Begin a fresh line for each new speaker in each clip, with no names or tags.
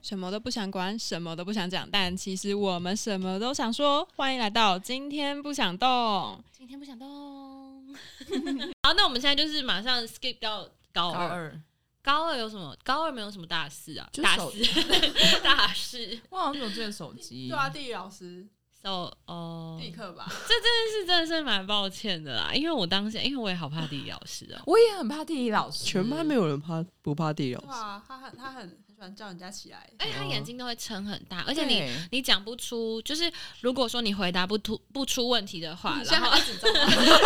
什么都不想管，什么都不想讲，但其实我们什么都想说。欢迎来到今天不想动。
今天不想动。 好，那我们现在就是马上 skip 到高
高
二。
二，
高二有什么？高二没有什么大事啊，
就
大
手
事 大事。
我好像有这个手机。
对啊，地理老师，
So 哦、
地理课吧，
但是真的是蛮抱歉的啦，因为我当时因为我也好怕地理老师哦、
我也很怕地理老师，
全班没有人怕不怕地理老
对
师，
啊，他很他很很喜欢叫人家起来，
而哎且他眼睛都会撑很大，而且
对
你你讲不出，就是如果说你回答不出不出问题的话，
现在
然后
还紧张吗？
紧张，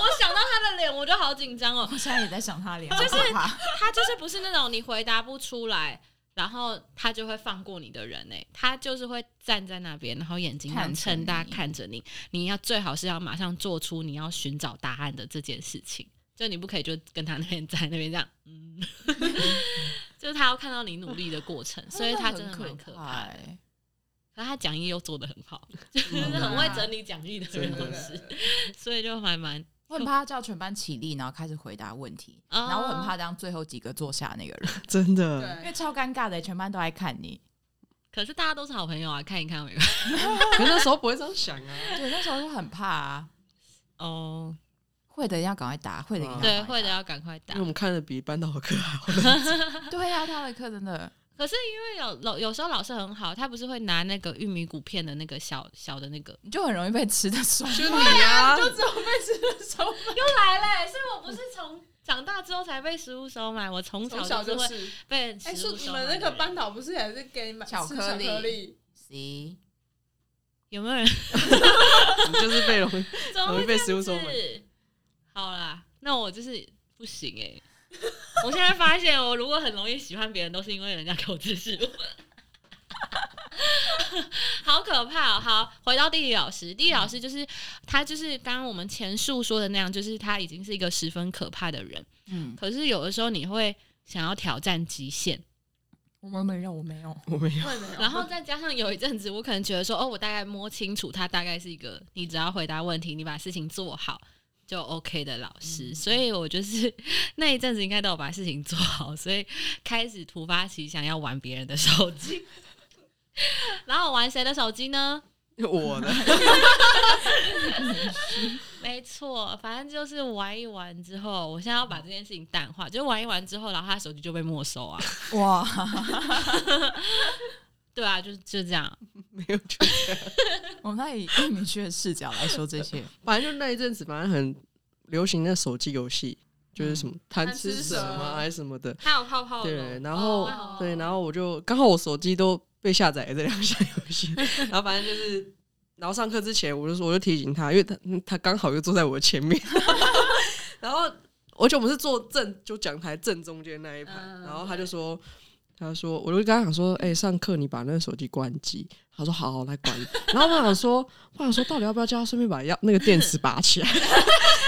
我想到他的脸我就好紧张哦。
我现在也在想他脸，就是
他就是不是那种你回答不出来，然后他就会放过你的人呢、他就是会站在那边，然后眼睛很撑大
看着你
看着你，你要最好是要马上做出你要寻找答案的这件事情，就你不可以就跟他那边在那边这样，嗯， 就是他要看到你努力的过程，所以他真的蛮可怕的。
欸
可他讲义又做的很好，就是很会整理讲义的人
真
都
的
是，所以就还蛮
我很怕他叫全班起立，然后开始回答问题，
哦
然后我很怕当最后几个坐下那个人，
真的。
因为
对，
超尴尬的欸，全班都在看你。
可是大家都是好朋友啊，看一看没关系
可是那时候不会这样想啊。
对，那时候就很怕啊，
哦。
会的要赶快答，会的一定要
对，
赶快
会的
答
要赶快打
因为。我们看的比班导课还好，
对啊，他的课真的
可是因为有老有时候老师很好，他不是会拿那个玉米骨片的那个小小的那个
你就很容易被吃 的爽。
就你啊，
就只有被吃的时 候，
又来了、所以
哦
我不是从长大之后才被食物收买，我从
从小
就
就是
会
是。
被
哎，
食
说
物
你
收买
们
的人。
那个班导不是也是给你买吃
巧
巧
克力
力？
C，
有没有人
你 就是被容易
怎么
容
会
易
这
被
样
食物收买
子好啦，那我就是不行哎、我现在发现，我如果很容易喜欢别人，都是因为人家给我吃食物， 好可怕、哦。好，回到地理老师，地理老师就是他，就是刚刚我们前述说的那样，就是他已经是一个十分可怕的人。
嗯，
可是有的时候你会想要挑战极限，
我们没有，我没有，
我没有，
会没有，
然后再加上有一阵子，我可能觉得说，哦，我大概摸清楚他大概是一个，你只要回答问题，你把事情做好就 OK 的老师。所以我就是 那一阵子应该都有把事情做好，所以开始突发奇想要玩别人的手机。 然后我玩谁的手机呢？
我的
没错，反正就是玩一玩之后，我现在要把这件事情淡化，就玩一玩之后，然后他手机就被没收啊。
哇，
对啊，就就这样。
没有就这样。
我们那以玉米须的视角来说这些，
反正就那一阵子，反正很流行那手机游戏，就是什么嗯贪吃蛇嘛，还是什么的。
还有泡泡
对，
龙
然后
哦
对，然后我就刚好我手机都被下载了这两项游戏，然后反正就是，然后上课之前我就说我就提醒他，因为他他刚好又坐在我的前面，然后而且我们是坐正就讲台正中间那一排，
嗯
然后他就说。他说：“我就跟他讲说，哎、上课你把那个手机关机。”他说：“好，好来关。”然后我想说，我想说，到底要不要叫他顺便把要那个电池拔起来？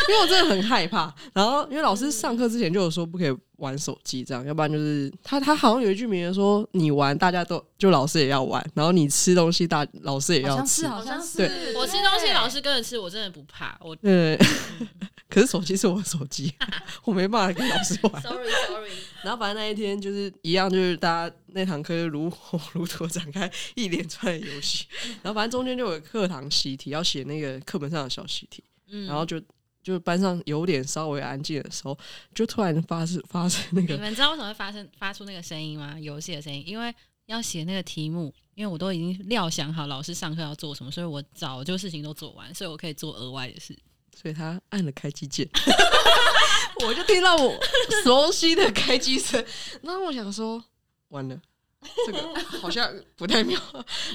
因为我真的很害怕。然后因为老师上课之前就有说不可以玩手机，这样，要不然就是他他好像有一句名言说，你玩大家都就老师也要玩，然后你吃东西大老师也
好
要
像
吃
是，。哦好像是
对，
我吃东西老师跟着吃，我真的不怕。我
对，可是手机是我的手机， 我没办法跟老师玩。
sorry sorry，
然后反正那一天就是一样，就是大家那堂课就如火如荼地展开一连串的游戏。然后反正中间就有课堂习题，要写那个课本上的小习题。
嗯
然后就就班上有点稍微安静的时候，就突然发生发生那
你
个，
们知道为什么会发生发出那个声音吗？游戏的声音，因为要写那个题目，因为我都已经料想好老师上课要做什么，所以我早就事情都做完，所以我可以做额外的事。
所以他按了开机键， 我就听到我熟悉的开机声，然后我想说完了。这个好像不太妙，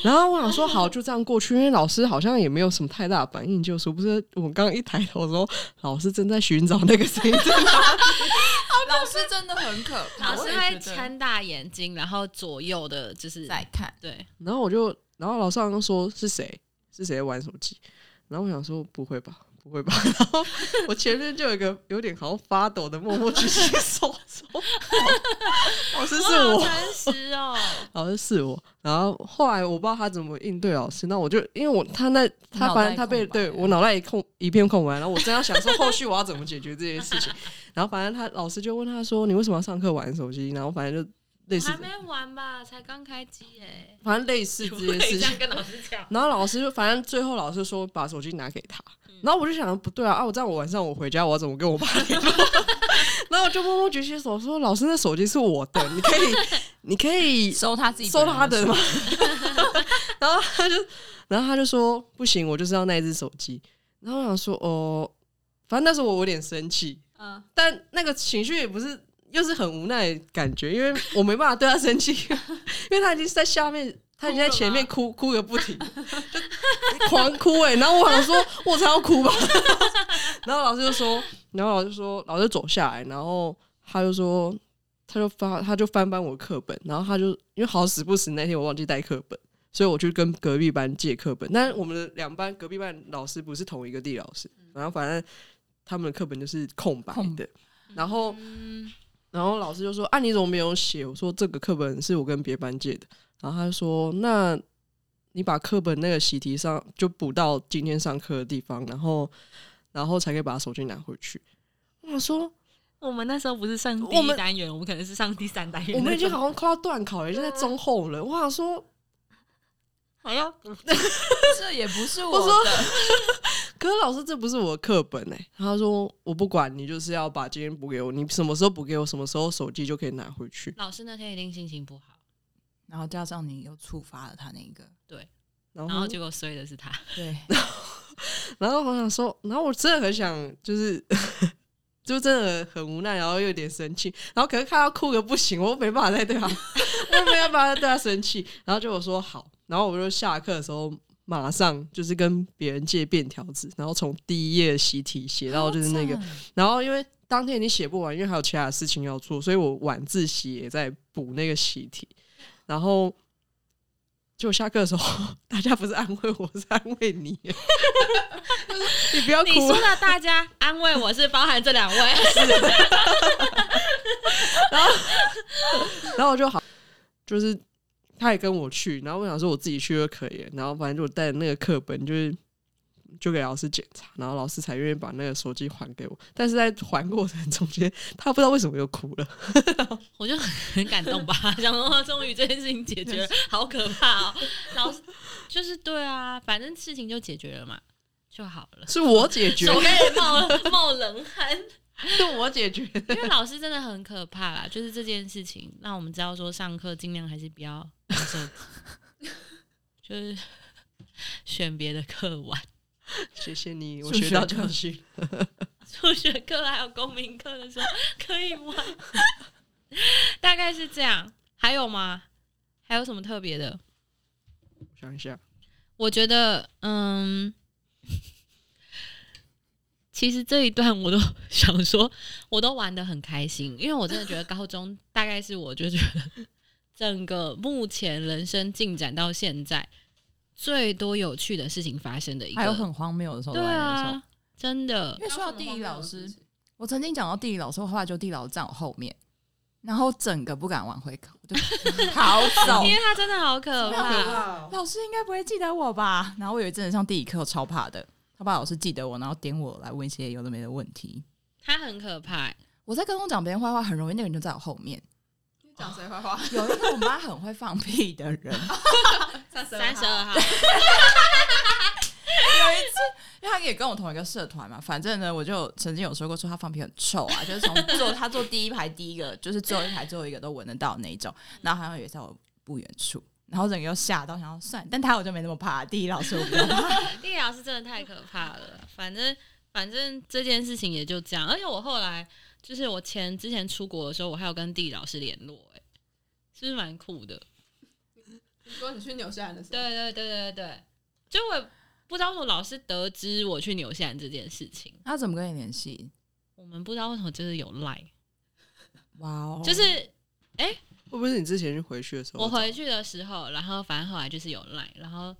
然后我想说好就这样过去，因为老师好像也没有什么太大的反应，就说不是我刚刚一抬头的时候，老师正在寻找那个声音在哪
老师真的很可怕，
老师
我也
会
觉得
撑大眼睛，然后左右的 就是
在看，
对，
然后我就，然后老师好像说是谁是谁玩手机，然后我想说不会吧，不会吧， 然后我前面就有一个有点好像发抖的默默举起手 说，老师是
哇
我，
好诚实 哦，
老师是我，然后后来我不知道他怎么应对老师，那我就因为我他那他反正他被
脑袋空白
对我脑袋一空一片空白，然后我正要想说后续我 要怎么解决这件事情，然后反正他老师就问他说你为什么要上课玩手机，然后反正就。类似
还
的
没完吧，才刚开机耶、
反正类似这
不可
些事
以这样
情。
跟老师讲。
然后老师就反正最后老师说把手机拿给他，
嗯
然后我就想不对啊啊！我这样我晚上我回家我要怎么跟我爸联络？ 然后我就默默举起手说：“老师，那手机是我的，你可以，你可以
收他自己
收
本人
他的
手
吗？ 然后他就，然后他就说不行，我就是要那一只手机。然后我想说，哦，反正那时候我有点生气，
嗯，
但那个情绪也不是，又是很无奈的感觉，因为我没办法对他生气， 因为他已经在下面，他已经在前面哭哭个不停，就 狂哭哎、然后我想说，我才要哭吧。 然后老师就说，然后老师就说，老师就走下来，然后他就说，他就翻，他就翻翻我课本，然后他就因为好死不死那天我忘记带课本。所以我去跟隔壁班借课本，但是我们的两班隔壁班老师不是同一个地老师，然后反正他们的课本就是空白
空
的，然后
嗯，
然后老师就说：“啊，你怎么没有写？”我说：“这个课本是我跟别班借的。”然后他就说：“那你把课本那个习题上就补到今天上课的地方，然后然后才可以把手机拿回去。”我想说，
我们那时候不是上第
我
一
们
单元，我们可能是上第三单元那种。
我们已经好像快要断考了，已经在中后了。我想说，
还要
这也不是
我
我
说
的，
可是老师这不是我的课本哎、他说：“我不管你，就是要把今天补给我，你什么时候补给我，什么时候手机就可以拿回去。”
老师那天一定心情不好，
然后加上你又触发了他那一个，
然
然后结果衰的是他。
对，
然后我想说，然后我真的很想，就是 就真的很无奈，然后又有点生气，然后可是看到哭个不行，我没办法再对他， 我没办法再对他生气，然后就我说好，然后我就下课的时候马上就是跟别人借便条纸，然后从第一页的习题写到就是那 个
好，惨哦
然后因为当天已经写不完，因为还有其他的事情要做，所以我晚自习也在补那个习题，然后。就下课的时候， 大家不是安慰我，是安慰你， 就是你不要哭
你。说的大家安慰我是包含这两位，
然后我就好，就是他也跟我去，然后我想说我自己去就可以了，然后反正就我带着那个课本，就是就给老师检查，然后老师才愿意把那个手机还给我。但是在还过程中间，他不知道为什么又哭了。
我就很感动吧， 想说终于这件事情解决 了，好可怕哦！老师就是对啊，反正事情就解决了嘛，就好了。
是我解决，
手开始冒了冒冷汗，
是我解决。
因为老师真的很可怕啦。就是这件事情，让我们知道说上课尽量还是不要玩手机，就是选别的课玩。
谢谢你，我
数
学
学
到
课
教训。
数学课还有公民课的时候可以玩， 大概是这样。还有吗？还有什么特别的？
我想一下，
我觉得，嗯， 其实这一段我都 想说，我都玩的很开心，因为我真的觉得高中大概是我就觉得整个目前人生进展到现在最多有趣的事情发生的一个，
还有很荒谬的时候，
对
玩的时候
啊，真的
因，为说到地理老师，我曾经讲到地理老师，后来就地理老师站我后面，然后整个不敢往回考，我就 逃走
因。为他真的好可
真的
怕
好可。老师应该不会记得我吧？然后我有一阵子上地理课，我超怕的，他怕老师记得我，然后点我来问一些有的没的问题。
他很可怕、
我在高中讲别人坏话，很容易那个人就在我后面。
你讲谁坏话？
有一个我妈很会放屁的人，
三十
三十
号
二号，
因为他也跟我同一个社团嘛，反正呢，我就曾经有说过，说他放屁很臭啊， 就是从坐他坐第一排第一个，就是最后一排最后一个都闻得到那一种。然后好像也在我不远处，然后整个又吓到，想要算，但他我就没那么怕。第一老师我比较怕，
地理老师真的太可怕了。反正反正这件事情也就这样，而且我后来就是我前之前出国的时候，我还有跟地理老师联络、哎，是不是蛮酷的？
你说你去纽西兰的时候，
对对对对对，就我也不知道为什么老师得知我去纽西兰这件事情，
他怎么跟你联系？
我们不知道为什么就是有赖，
哇哦，
就是
会不会是你之前回去的时候？
我回去的时候，然后反正后来就是有赖，然后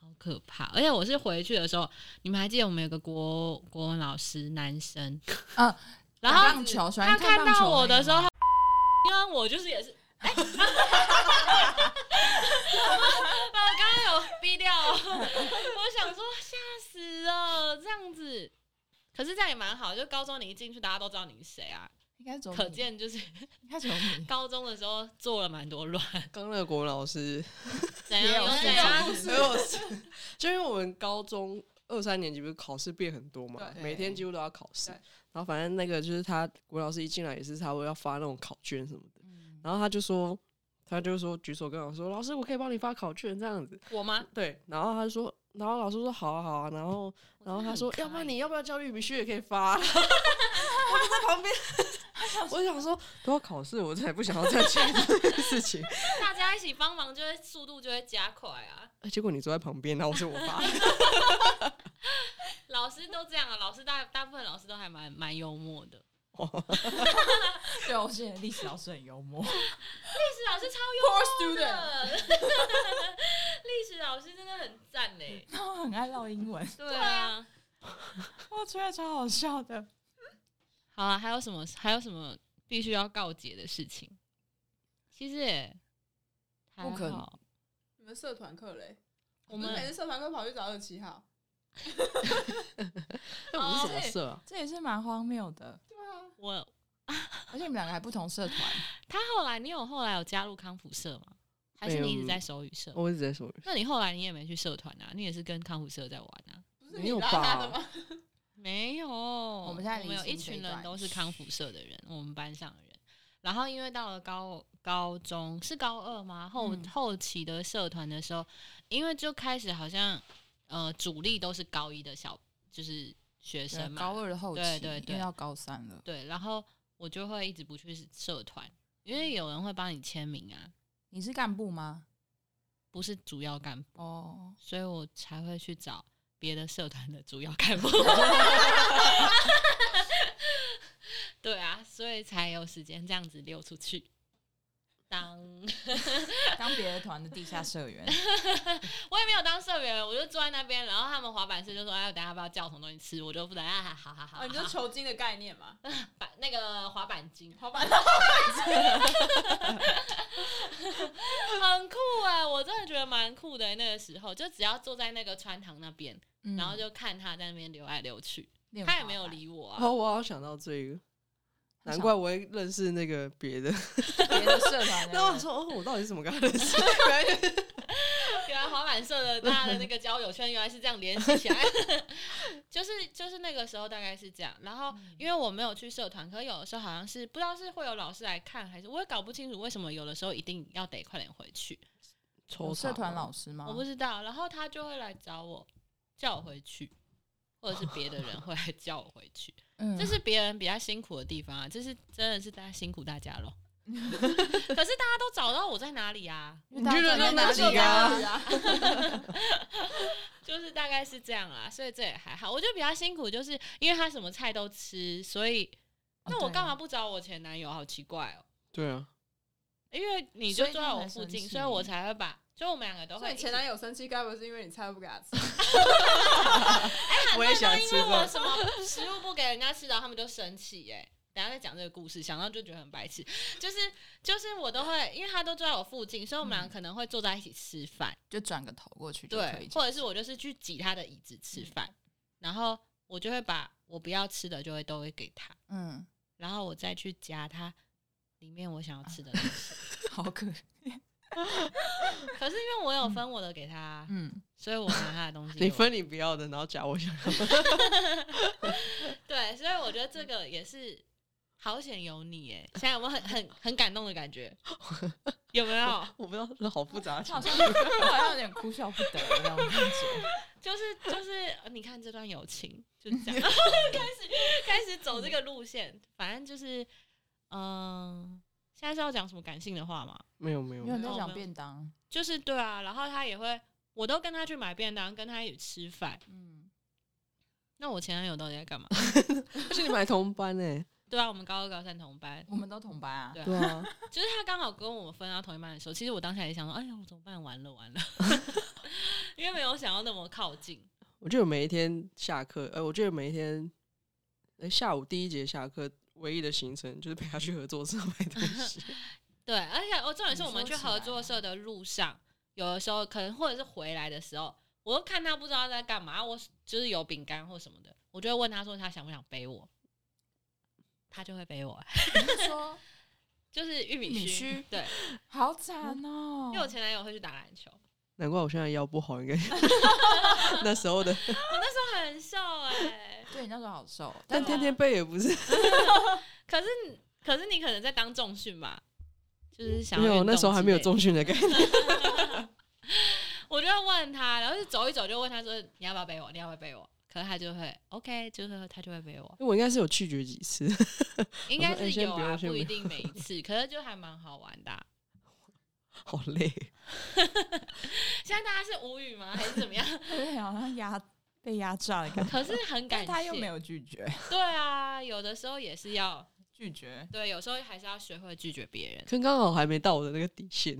好可怕。而且我是回去的时候，你们还记得我们有个国国文老师，男生，
嗯
然后
棒球，喜欢
他看
棒球哦
到我的时候，他
那
因为 我就是也是，哎、我刚刚有逼掉哦，我想说吓死了这样子。可是这样也蛮好，就高中你一进去，大家都知道你是谁啊。
个应该是走
可见就是。
应该走米
高中的时候做了蛮多乱，
刚那个国文老师，
怎样
有
又
啊
怎
这种
样，
故事
没 有，就因为我们高中二三年级不是考试变很多嘛，
对
每天几乎都要考试
对。
然后反正那个就是他国文老师一进来也是差不多要发那种考卷什么的，然后他就说，他就说举手跟我说，老师我可以帮你发考卷这样子。
我吗？
对，然后他就说，然后老师说好啊好啊，然后然后他说，要不然你要不要教育米须也可以发、啊我就在旁边，我想说都要考试，我才不想要再去这件事情。
大家一起帮忙，就会速度就会加快啊。
哎结果你坐在旁边，然后是我 发，
老师都这样啊，老师大大部分老师都还蛮蛮幽默的。
对，我记得历史老师很幽默，
历史老师啊超幽默的，历史老师真的很赞欸呢。
然后很爱唠英文，
对啊，
我觉得超好笑的。
好啊，还有什么还有什么必须要告解的事情？其实也还
不可能
好，
你们社团课嘞？
我
不是每
们
次社团课跑去找二七号。
那我们是什么社啊？
这也是蛮荒谬的，
对啊，
我
而且你们两个还不同社团，
他后来你有后来有加入康复社吗？还是你一直在手语社？
我一直在说，
那你后来你也没去社团啊？你也是跟康复社在玩啊？
不是
没
你
有
拉他的吗？
没有，我
们现在
我们有
理
一
清这一
群人
段
都是康复社的人，我们班上的人。然后因为到了高高中是高二吗？后、
嗯
后期的社团的时候，因为就开始好像呃主力都是高一的小就是学生嘛，
啊高二的后期，
对对对
因为要高三了，
对，然后我就会一直不去社团，因为有人会帮你签名啊，
你是干部吗？
不是主要干部，
哦，
所以我才会去找别的社团的主要干部。 对啊，所以才有时间这样子溜出去。当
当别的团的地下社 员，
我也没有当社员，我就坐在那边，然后他们滑板社就说：“哎，我等一下要不要叫什么东西吃？”我就不等啊，好好好
啊，你就
好
球精的概念嘛，
板那个滑板巾，
滑板
很酷哎、我真的觉得蛮酷的、欸那个时候，就只要坐在那个穿堂那边，
嗯
然后就看他在那边溜来溜去，
练
他也没
滑
有
板
理我啊。
哦，我好像想到这个，难怪我会认识那个别的。
别的社团的
那我
人
想，说，哦，我到底是怎么跟他认识？
原来滑板 社的大家的那个交友圈原来是这样联系起来， 就是就是那个时候大概是这样。然后
嗯
因为我没有去社团，可有的时候好像是不知道是会有老师来看，还是我也搞不清楚为什么有的时候一定要得快点回去，
抽啊
有社
查
团
吗
老师吗？
我不知道。然后他就会来找我，叫我回去，或者是别的人会来叫我回去。
嗯，
这是别人比较辛苦的地方啊，这是真的是大家辛苦大家咯。 可是大家都找到我在哪里啊？
因为大家
你就
在
认那
哪
几
里
个
啊
啊
啊，
就是大概是这样啦，所以这也还好。我觉得比较辛苦，就是因为他什么菜都吃，所以
哦
那
啊
我干嘛？不找我前男友？好奇怪哦、
对啊，
因为你
所
就
以
坐在我附近，
他才生气
所以我才会把，就我们两个 都
所以
会
你前男友生气，该不是因为你菜都不给他吃？
我也想
一起
吃
因为我
饭。
什么食物不给人家吃，然后他们就生气耶、等一下再讲这个故事，想到就觉得很白痴。就是就是我都会，因为他都坐在我附近，所以我们俩可能会坐在一起吃饭。
就转个头过去就嗯可
对
以，。嗯
或者是我就是去挤他的椅子吃饭，然后我就会把我不要吃的就会都会给他，
嗯，
然后我再去夹他里面我想要吃的
啊
东西。
好可，
可是因为我有分我的给他，
嗯，
所以我拿他的东西给我。
你分你不要的，然后夹我 想要的。
对，所以我觉得这个也是好险有你哎，现在有没有很很很感动的感觉？有没有？
我不知道，这好复杂的情
好
绪。
像好像有点哭笑不得的那种 感觉。
就是就是，呃你看这段友情就是这样， 开始开始走这个路线，反正就是嗯、现在是要讲什么感性的话嘛？
没有没有
没有你在
没有
讲
没有
便当，
就是对啊，然后他也会，我都跟他去买便当，跟他一起吃饭。
嗯，
那我前男友到底在干嘛？
去你买同班哎、
对啊，我们高二高三同班，
我们都同班啊
对，
对啊，
就是他刚好跟我们分到同一班的时候，其实我当下也想说，哎呀，我怎么办？完了 完了，因为没有想要那么靠近。
我记得每一天下课，呃，我记得每一天，呃，下午第一节下课，唯一的行程就是陪他去合作社买东西。
对，而且哦，重点是
你
我们
说
去
起
合
来
作社的路上，有的时候可能或者是回来的时候，我又看他不知道在啊干嘛，我就是有饼干或什么的，我就会问他说他想不想背我。他就会背我，
你是说
就是玉米
玉米
须
须哦
对，
好惨哦
因为我前男友会去打篮球，
难怪我现在腰不好，应该那时候的。
我那时候很瘦哎、
对，你那时候好瘦，
但天天背也不是，
可是你可是你可能在当重训吧，就是想
没
要
有
运动
那时候还没有
之类的
中训的概念。
我就会问他，然后就走一走，就问他说你要不要背我，你要不要背我？可是他就会 OK，就是他就会背我，
我应该是有拒绝几次，
应该
哎
是
先
有
不用
啊，
先
不
不
一
用
定每一次，可是就还蛮好玩的 啊、
好累。
现在大家是无语吗？还是怎么 样？
对，好像压被压榨的感觉，
可是很感谢，
但他又没有拒绝，
对啊，有的时候也是要
拒绝
对，有时候还是要学会拒绝别人，
可刚好还没到我的那个底线，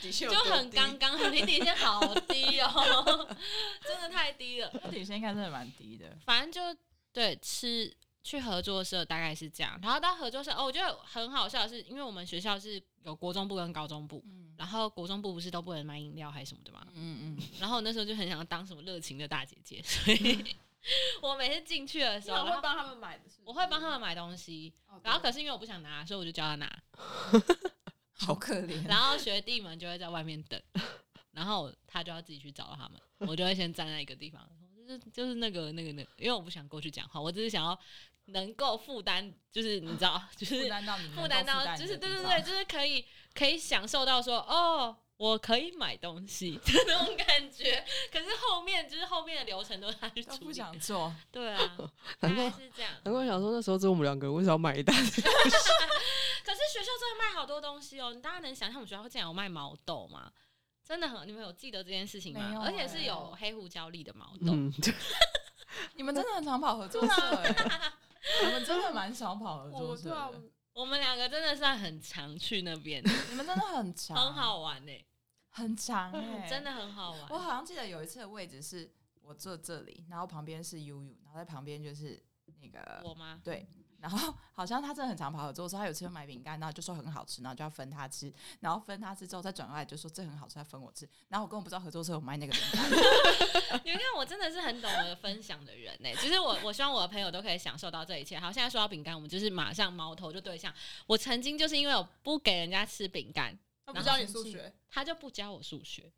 底线
就很刚刚好，你底线好低哦，真的太低了。
他底线应该真的蛮低的。
反正就对吃去合作社大概是这样，然后到合作社哦，我觉得很好笑的是，因为我们学校是有国中部跟高中部，
嗯
然后国中部不是都不能买饮料还是什么的嘛，
嗯 嗯，
然后我那时候就很想当什么热情的大姐姐，所以 我每次进去的时
你
候，
很
然
会
后
帮他们买的是不是
嗯我会帮他嗯们买东西，
哦对
然后可是因为我不想拿，所以我就叫他拿，
好可 怜。
然后学弟们就会在外面等，然后他就要自己去找他们，我就会先站在一个地方，就是就是那个那个那个，因为我不想过去讲话，我只是想要能够负担，就是你知道，就是
负担到你，
负担到，就是对对 对，，就是可以可以享受到说哦。我可以买东西的那种感觉，可是后面就是后面的流程都是他去
都
处
不
理，
想做，
对啊，大
难
概
怪
是这样。
难怪我想说那时候只有我们两个，为什么要买一大堆？
可是学校真的卖好多东西哦，你大家能想象我们学校竟然有卖毛豆吗？真的很，你们有记得这件事情吗
没？有
而且是
欸
有黑胡椒粒的毛豆，
嗯，
你们真的很常跑合作社、欸，你们真的蛮常跑合
我
作社
对啊，
的，
我们两个真的算很常去那边，
你们真的很常，
很，好玩呢、
很常哎、
真。的很好
我
玩。
好像记得有一次的位置是我坐这里，然后旁边是悠悠，然后在旁边就是那个
我吗？
对，然后好像他真的很常跑合作社，他有次会买饼干，然后就说很好吃，然后就要分他吃，然后分他吃之后再转过来就说这很好吃，再分我吃，然后我根本不知道合作社有卖那个饼干，
你们看，我真的是很懂得分享的人呢、其实我，我希望我的朋友都可以享受到这一切。好，现在说到饼干，我们就是马上矛头就对象。我曾经就是因为我不给人家吃饼干，
他不教你数学，
他就不教我数 学。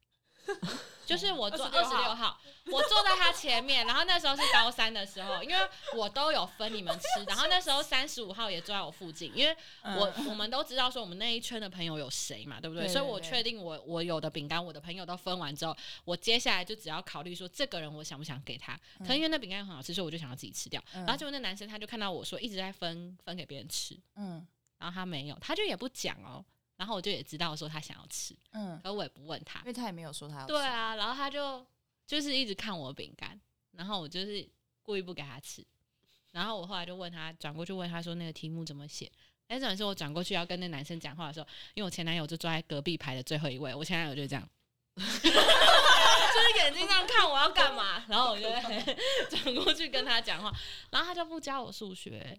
就是我坐二
26
十六号，我坐在他前面，然后那时候是高三的时候，因为我都有分你们吃，然后那时候三十五号也坐在我附近，因为我我们都知道说我们那一圈的朋友有谁嘛，对不对？
嗯对
所以我
对
确定我我有的饼干，我的朋友都分完之后，我接下来就只要考虑说这个人我想不想给他，可能因为那饼干很好吃，所以我就想要自己吃掉。
嗯
然后结果那男生他就看到我说一直在分分给别人吃，
嗯
然后他没有，他就也不讲哦，然后我就也知道说他想要吃，
嗯，
可我也不问他
因，为他也没有说他要吃
对啊，然后他就就是一直看我饼干，然后我就是故意不给他吃，然后我后来就问他，转过去问他说那个题目怎么写。但是重点是我转过去要跟那男生讲话的时候，因为我前男友就坐在隔壁排的最后一位，我前男友就这样， 就是眼睛这样看我要干嘛，然后我就会转过去跟他讲话，然后他就不教我数学，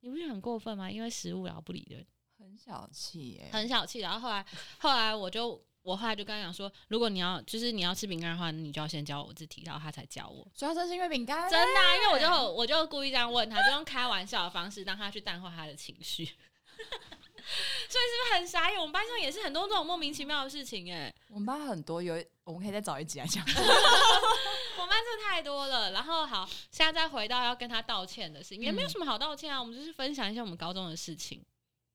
你不觉得很过分吗？因为食物然后不理人。
很小气耶、
很小气。然后后来后来我就我后来就跟他讲说，如果你要就是你要吃饼干的话，你就要先教我字体，然后他才教我。
主要真是因为饼干，
真的啊、因为我就我就故意这样问他，就用开玩笑的方式让他去淡化他的情绪。 所以是不是很傻眼？我们班上也是很多这种莫名其妙的事情哎、
我们班很多有一，我们可以再找一集来讲。
我们班真的太多了。然后好，现在再回到要跟他道歉的事情，也没有什么好道歉啊，我们就是分享一下我们高中的事情。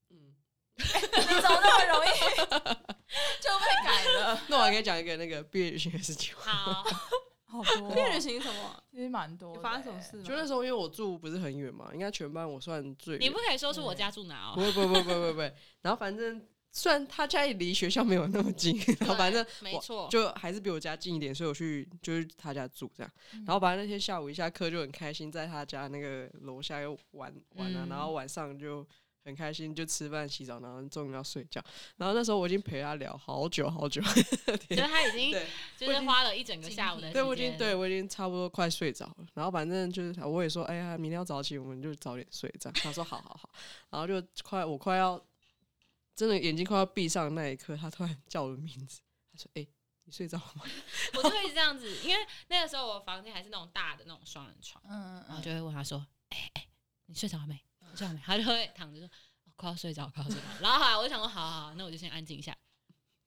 你怎么那么容易就被改了？
那我还可以讲一个那个毕业旅行的事情。
好，
好多、哦
毕业旅行什么？
其实蛮多、
你发生什么？事
就那
吗？
时候，因为我住不是很远嘛，应该全班我算最
你
远
不。可以说出我家住哪
不
哦。
会，不会，不会，不会，不会。然后反正虽然他家里离学校没有那么近， 然后反正
对没错，
就还是比我家近一点，所以我去就是他家住这样。
嗯
然后反正那天下午一下课就很开心，在他家那个楼下又玩玩啊，
嗯
然后晚上就很开心，就吃饭、洗澡，然后终于要睡觉。然后那时候我已经陪他聊好久好久，
就是他已经
对
就是花了一整个下午的时间，
对我已经对我已经差不多快睡着了。然后反正就是我也说，哎呀，明天要早起，我们就早点睡这样。他说好好好，然后就快我快要真的眼睛快要闭上的那一刻，他突然叫我的名字，他说，哎、你睡着了吗？
我就会这样子，因为那个时候我房间还是那种大的那种双人床，
嗯
然后就会问他说：“哎、哎、你睡着了没？你睡着了没？”他就会躺着说：“我、快要睡着，快要睡着。”然后后来我就想说：“好好好，那我就先安静一下。”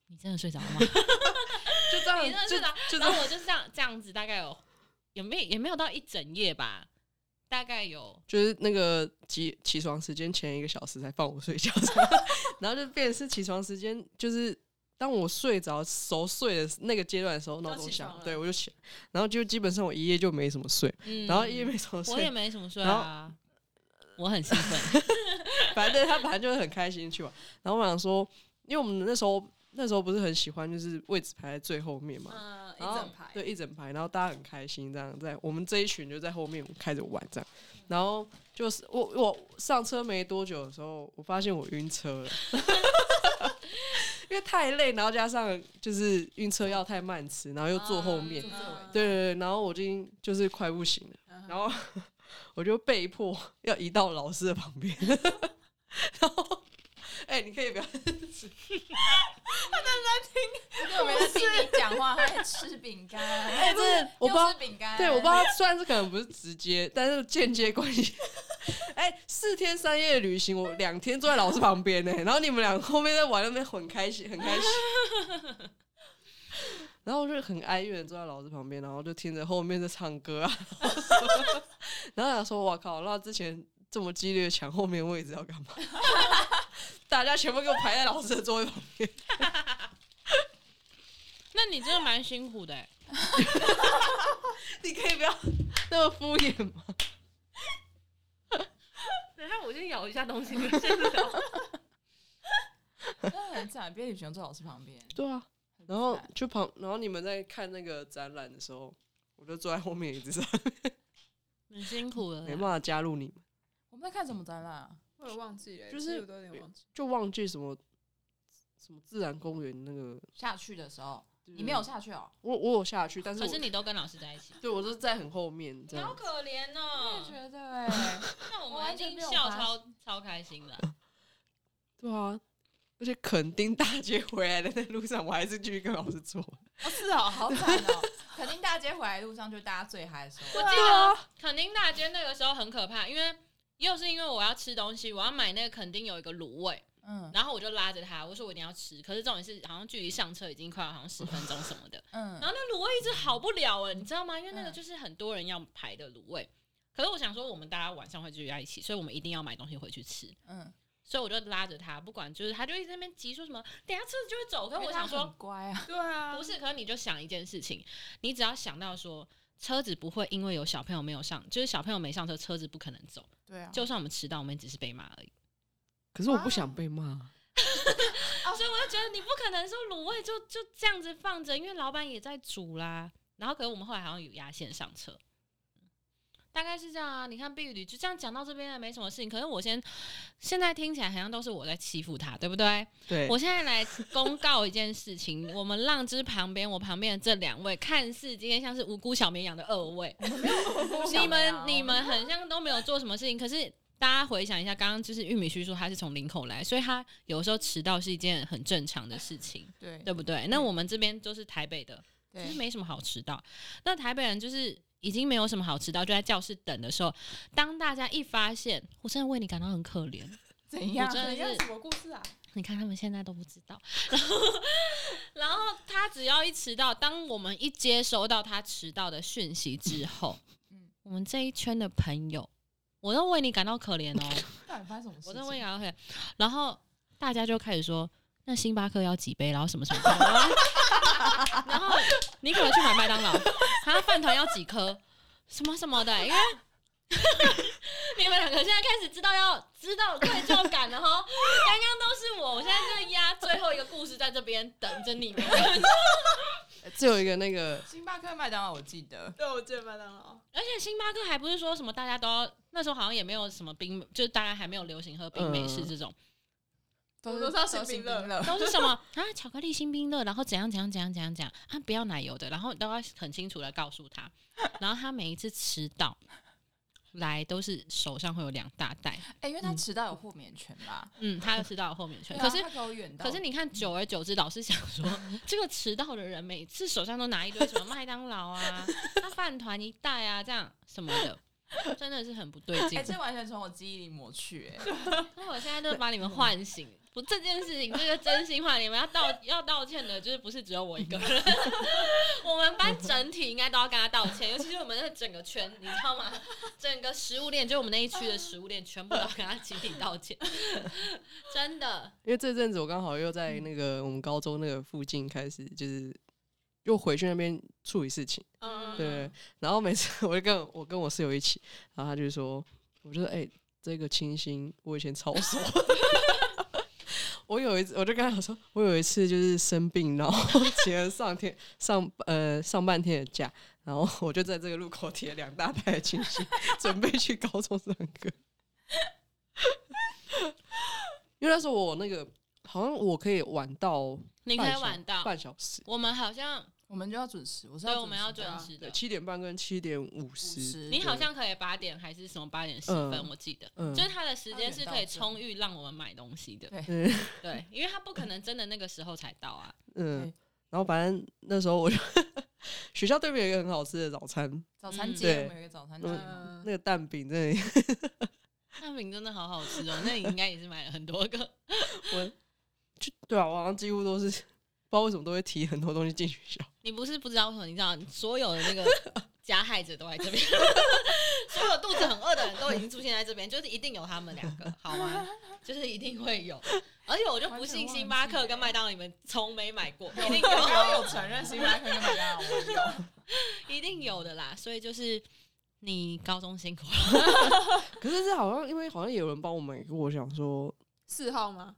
你真的睡着了吗？
就这样
你真的
就是
的，
就这
然
样，
后我就是这样这样子，大概有也没也没有到一整夜吧，大概有
就是那个起起床时间前一个小时才放我睡觉， 然后就变成是起床时间，就是当我睡着熟睡的那个阶段的时候，闹钟
起床
响，
了
对我就起来，然后就基本上我一夜就没怎么睡，
嗯
然后一夜没怎么
我也
睡，
没什么睡
然后
啊，我很兴 奋，
反正他反正就是很开心去玩，然后我想说，因为我们那时候那时候不是很喜欢，就是位置排在最后面嘛，
嗯，一
然后
整排，
对，一整排，然后大家很开心，这样在我们这一群就在后面开始玩这样，然后就是我我上车没多久的时候，我发现我晕车了， 因为太累，然后加上就是晕车药太慢吃，然后又坐后面，
嗯
对对对，然后我已经就是快不行了，然后我就被迫要移到老师的旁边， 然后哎、你可以不要
因为我没在听你讲话，他在吃饼干，哎，
真的我不知道
又吃饼干，
对，我不知道，虽然这可能不是直接，但是间接关系。哎、四天三夜的旅行，我两天坐在老师旁边呢、然后你们俩后面在玩那边很开心，很开心。然后我就很哀怨地坐在老师旁边，然后就听着后面在唱歌啊， 然后想说：“我靠，那之前这么激烈抢后面位置要干嘛？ 大家全部给我排在老师的座位旁边。”
那你真的蛮辛苦的、欸，
你可以不要那么敷衍吗？
等下我先咬一下东西，
真的很惨，边旅行坐老师旁边，
对啊，然后
很惨
就旁，然后你们在看那个展览的时候，我就坐在后面椅子上，
很辛苦了
没办
啦。
法加入你们，
我们在看什么展览啊？
我也忘记了，
就是
其实我都有点忘记。
就忘记什么什么自然公园那个，
下去的时候，你
嗯
没有下去哦，
我我有下去，但是
可
我
是你都跟老师在一起，
对我是在很后面这样，
可怜哦
觉得哎，
那我
我
们
完
一
全
定
没有
笑
发
超超开心的。
对啊。而且垦丁大街回来的那路上，我还是继续跟老师坐。
欸
哦是哦，好惨哦，肯定大街回来路上就是大家最嗨的时候
我，记得垦丁大街那个时候很可怕，因为又是因为我要吃东西，我要买那个垦丁有一个卤味，
嗯
然后我就拉着他，我说我一定要吃。可是重点是，好像距离上车已经快要好像十分钟什么的。然
嗯，
后那卤味一直好不了哎，你知道吗？因为那个
嗯
就是很多人要排的卤味。可是我想说，我们大家晚上会聚在一起，所以我们一定要买东西回去吃。
嗯，
所以我就拉着他，不管就是他就一直在那边急说什么，等一下车子就会走。可是我想
因为他很
说，
乖啊，
对啊，
不是，可是你就想一件事情，你只要想到说车子不会因为有小朋友没有上，就是小朋友没上车，车子不可能走。
对啊，
就算我们迟到，我们也只是被骂而已。
可是我不想被骂，啊
所以我就觉得你不可能说卤味就就这样子放着，因为老板也在煮啦。然后，可是我们后来好像有压线上车，大概是这样啊。你看碧旅就这样讲到这边了，没什么事情。可是我先现在听起来好像都是我在欺负他，对不对？
对，
我现在来公告一件事情：我们浪之旁边，我旁边的这两位，看似今天像是无辜小绵羊的二位，你们你们很像都没有做什么事情，可是。大家回想一下，刚刚就是玉米须说他是从林口来，所以他有时候迟到是一件很正常的事情，
对
对不对？那我们这边就是台北的，就是
对，
没什么好迟到。那台北人就是已经没有什么好迟到，就在教室等的时候，当大家一发现，我真的为你感到很可怜。
怎样
我？真的
怎
是
样什么故事啊？
你看他们现在都不知道， 然后然后他只要一迟到，当我们一接收到他迟到的讯息之后，
嗯
我们这一圈的朋友，我都为你感到可怜哦，
到底发生什么事
我
情？
都为你感到可怜。然后大家就开始说，那星巴克要几杯，然后什么什 么什么，然后然后你可能去买麦当劳，还有饭团要几颗，什么什么的，因为。 你们两个现在开始知道要知道愧疚感了哈，刚刚都是我，我现在就压最后一个故事在这边等着你们。
只有一个那个
星巴克、麦当劳，我记得
对，我记得麦当劳。
而且星巴克还不是说什么大家都要，那时候好像也没有什么冰，就是大家还没有流行喝冰美
嗯
式这种，
都
我都
是
知道
是
是
冰
冰乐
乐，
都是什么啊巧克力新冰乐，然后怎样怎样怎样怎样怎样啊不要奶油的，然后都要很清楚的告诉他。然后他每一次迟到来都是手上会有两大袋，
哎，因为他迟到有豁免权吧？
嗯，他又迟到了后面去，
对啊
嗯可是
他给我远到，
可是你看，久而久之，老师想 说，这个迟到的人 每次手上都拿一堆什么麦当劳啊、那饭团一袋啊，这样什么的。真的是很不对劲。
哎，这完全从我记忆里抹去，哎，
那我现在就把你们唤醒。不，这件事情，这个真心话，你们要道要道歉的，就是不是只有我一个人，我们班整体应该都要跟他道歉，尤其是我们那整个圈，你知道吗？整个食物链，就我们那一区的食物链，全部都要跟他集体道歉，真的。
因为这阵子我刚好又在那个我们高中那个附近开始，就是又回去那边处理事情。
嗯，
对，然后每次 我就跟我跟我室友一起，然后他就说，我就说，哎、这个清新我以前超熟。 我有一次，我就跟他讲说，我有一次就是生病，然后 请了上天上呃上半天的假，然后我就在这个路口贴两大袋的清新，准备去高中上课。因为那时候我那个好像我可以晚到
你可
半
以
小
晚到，
半小时，
我们好像
我们就要准时，我是
对，我
时
们要
的
准
啊
时
对，
的。
七点半跟七点五
五
十，
十
你好
对
像可以八点还是什么八点十分，
嗯
我记得，
嗯
就是他的时间是可以
8点到
充裕让我们买东西的。
对
嗯。
对，因为他不可能真的那个时候才到啊。
嗯
对，
然后反正那时候我就学校对面有一个很好吃的早餐，
早餐
嗯
街，
对
我们有一个早餐街嘛，
嗯
那个蛋饼真的，
蛋饼真的好好吃哦，那你应该也是买了很多个。
我就对啊，我好像几乎都是不 知道为什么都会提很多东西进学校，
你不是不知道为什么？你知道所有的那个加害者都在这边， 所有肚子很饿的人都已经出现在这边，就是一定有他们两个，好吗？就是一定会有，而且我就不信星巴克跟麦当劳你们从没买过，一定有，
有承认星巴克跟麦当劳，我 有。
一定有的啦。所以就是你高中辛苦了，
可是这好像因为好像也有人帮我买过，我想说
四号吗？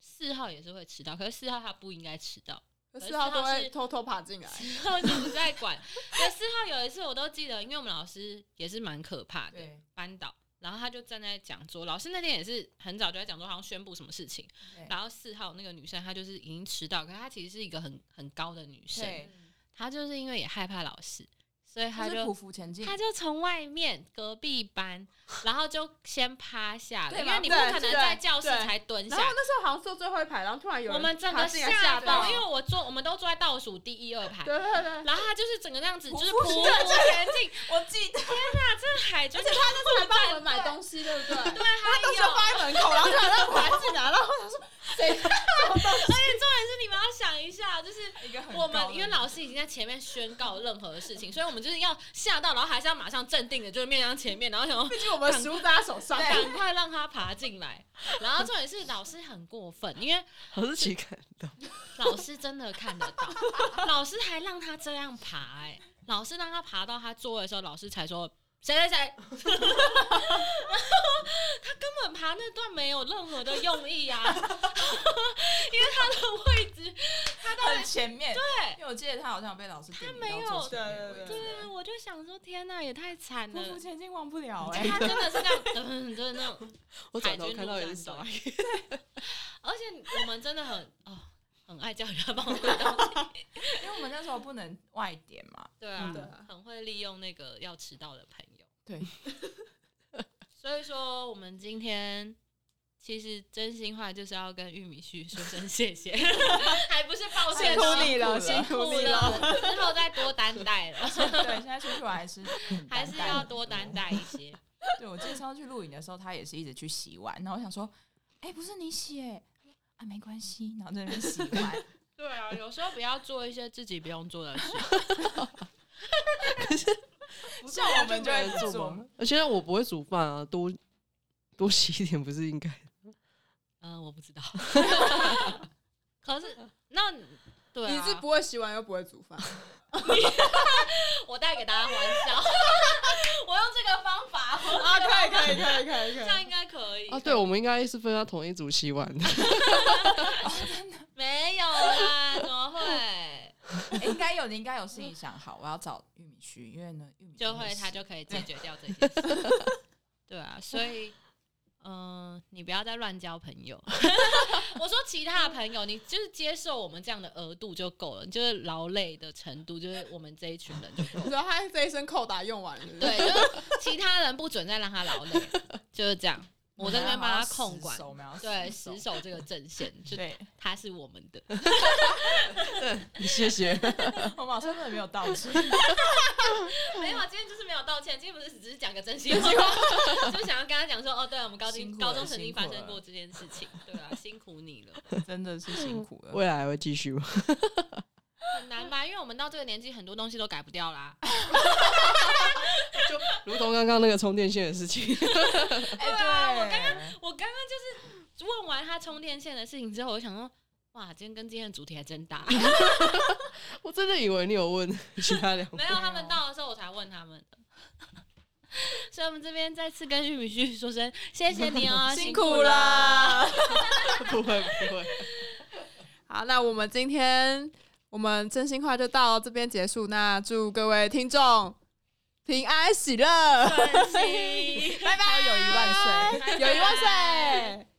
四号也是会迟到，可是四号他不应该迟到。
四号都
四号是
会偷偷爬进来，
四号就不再管。对，四号有一次我都记得，因为我们老师也是蛮可怕的
对，
班导，然后他就站在讲桌，老师那天也是很早就在讲桌，好像宣布什么事情
对。
然后四号那个女生她就是已经迟到，可是她其实是一个很很高的女生，
对，
她就是因为也害怕老师，所以
他
她
是匍
就。
匐前进，
她就从外面隔壁班，然后就先趴下了，
对
因
嘛
为你不可能
对
在教室
对
才蹲下
然后那时候好像坐最后一排，然后突然有
我
人
们整
爬
个
进来吓
吓
到，
到，因为我坐，我们都坐在倒数第一二排，
对对对，
然后他就是整个那样子，就是匍
匍
匐
匐
前进，
我记得
那这海就是他
他那时候还帮我们买东西，对不对？对，
还
到时候
有，
放在门口，然后突然让我爬进来，然后我想说谁？
而且重点是你们要想一下，就是
一个很
我
高
们
的
因为老师已经在前面宣告任何事情，所以我们就是要吓到，然后还是要马上镇定的，就是面向前面，然后想说
毕竟我们食物在他手上，
赶快让他爬进来。然后重点是老师很过分，因为
好是奇感动，
老师真的看得到， 老师还让他这样爬、哎，老师让他爬到他座位的时候，老师才说谁谁谁， 然后他根本爬那段没有任何的用意啊， 因为他的位置，他到
很
底
前面，
对
因为我记得他好像有被老师点名
没有
到坐前面的
对对
位
对
置
啊，我就想说天哪，也太惨了
匍匐。前进忘不了哎，
他真的是这样，嗯，就是那种，
我转头
海军
看到
陆
也是
战
傻
队
眼，
而且我们真的很哦，很爱叫人家 帮我们东西，
因为我们那时候不能外点嘛，
对啊，
对啊
很会利用那个要迟到的朋友。
对，
所以说，我们今天其实真心话就是要跟玉米须说声谢谢， 还不是抱歉
辛
哦，
苦你了，辛
辛
苦
苦你了。
了，之后再多担待了，
对，现在出去玩还是很
还是
担待
要多担待一些。
对我记得上次去露营的时候，他也是一直去洗碗，然后我想说，哎、不是你洗、欸，他说啊，没关系，然后在那边洗碗，
对啊，有时候不要做一些自己不用做的 事。
像我们就会
啊没人
做
吗？而且我不会煮饭啊，多多洗一点不是应该？
嗯、我不知 道。可是那对、啊，
你是不会洗碗又不会煮饭，
我带给大家欢笑， 我用这个方法，我
啊，可以可以可以可以
这
可
样
以，
应该可以
啊，对，我们应该是分到同一组洗碗的，
没有啦，怎么会？
欸应该有，你应该有心里想好，我要找玉米须，因为呢，玉米须
就会
洗
他就可以解决掉这件事。对啊，所以。嗯、你不要再乱交朋友。我说其他的朋友，你就是接受我们这样的额度就够了，你就是劳累的程度，就是我们这一群人就够
你。
了
知道他这一身扣打用完了，
对，就是其他人不准再让他劳累，就是这样。我在那边帮他控管
我们要死守
对，死
我们要死守
守这个阵线，就
对，
他是我们的。
谢谢。
我马上真的没有道歉，
没有，啊，今天就是没有道歉，今天不是只是讲个真心话， 就是想要跟他讲说，哦，对啊，我们高
辛
中
苦了
高中曾经发
辛
生
苦了
过这件事情，对啊，辛苦你了，
真的是辛苦了。
未来还会继续吗？
很难吧？因为我们到这个年纪，很多东西都改不掉啦。
如同刚刚那个充电线的事情，
哎，对，我刚
我刚刚就是问完他充电线的事情之后，我想说，哇，今天跟今天的主题还真 搭。
我真的以为你有问其他两
没有，他们到的时候我才问他们的。 所以，我们这边再次跟玉米须说声谢谢你 哦，辛
苦
了。
啦，
不会不会，
好，那我们今天我们真心话就到这边结束。那祝各位听众平安喜乐，
关系
拜拜，
友谊万岁。
友谊万岁。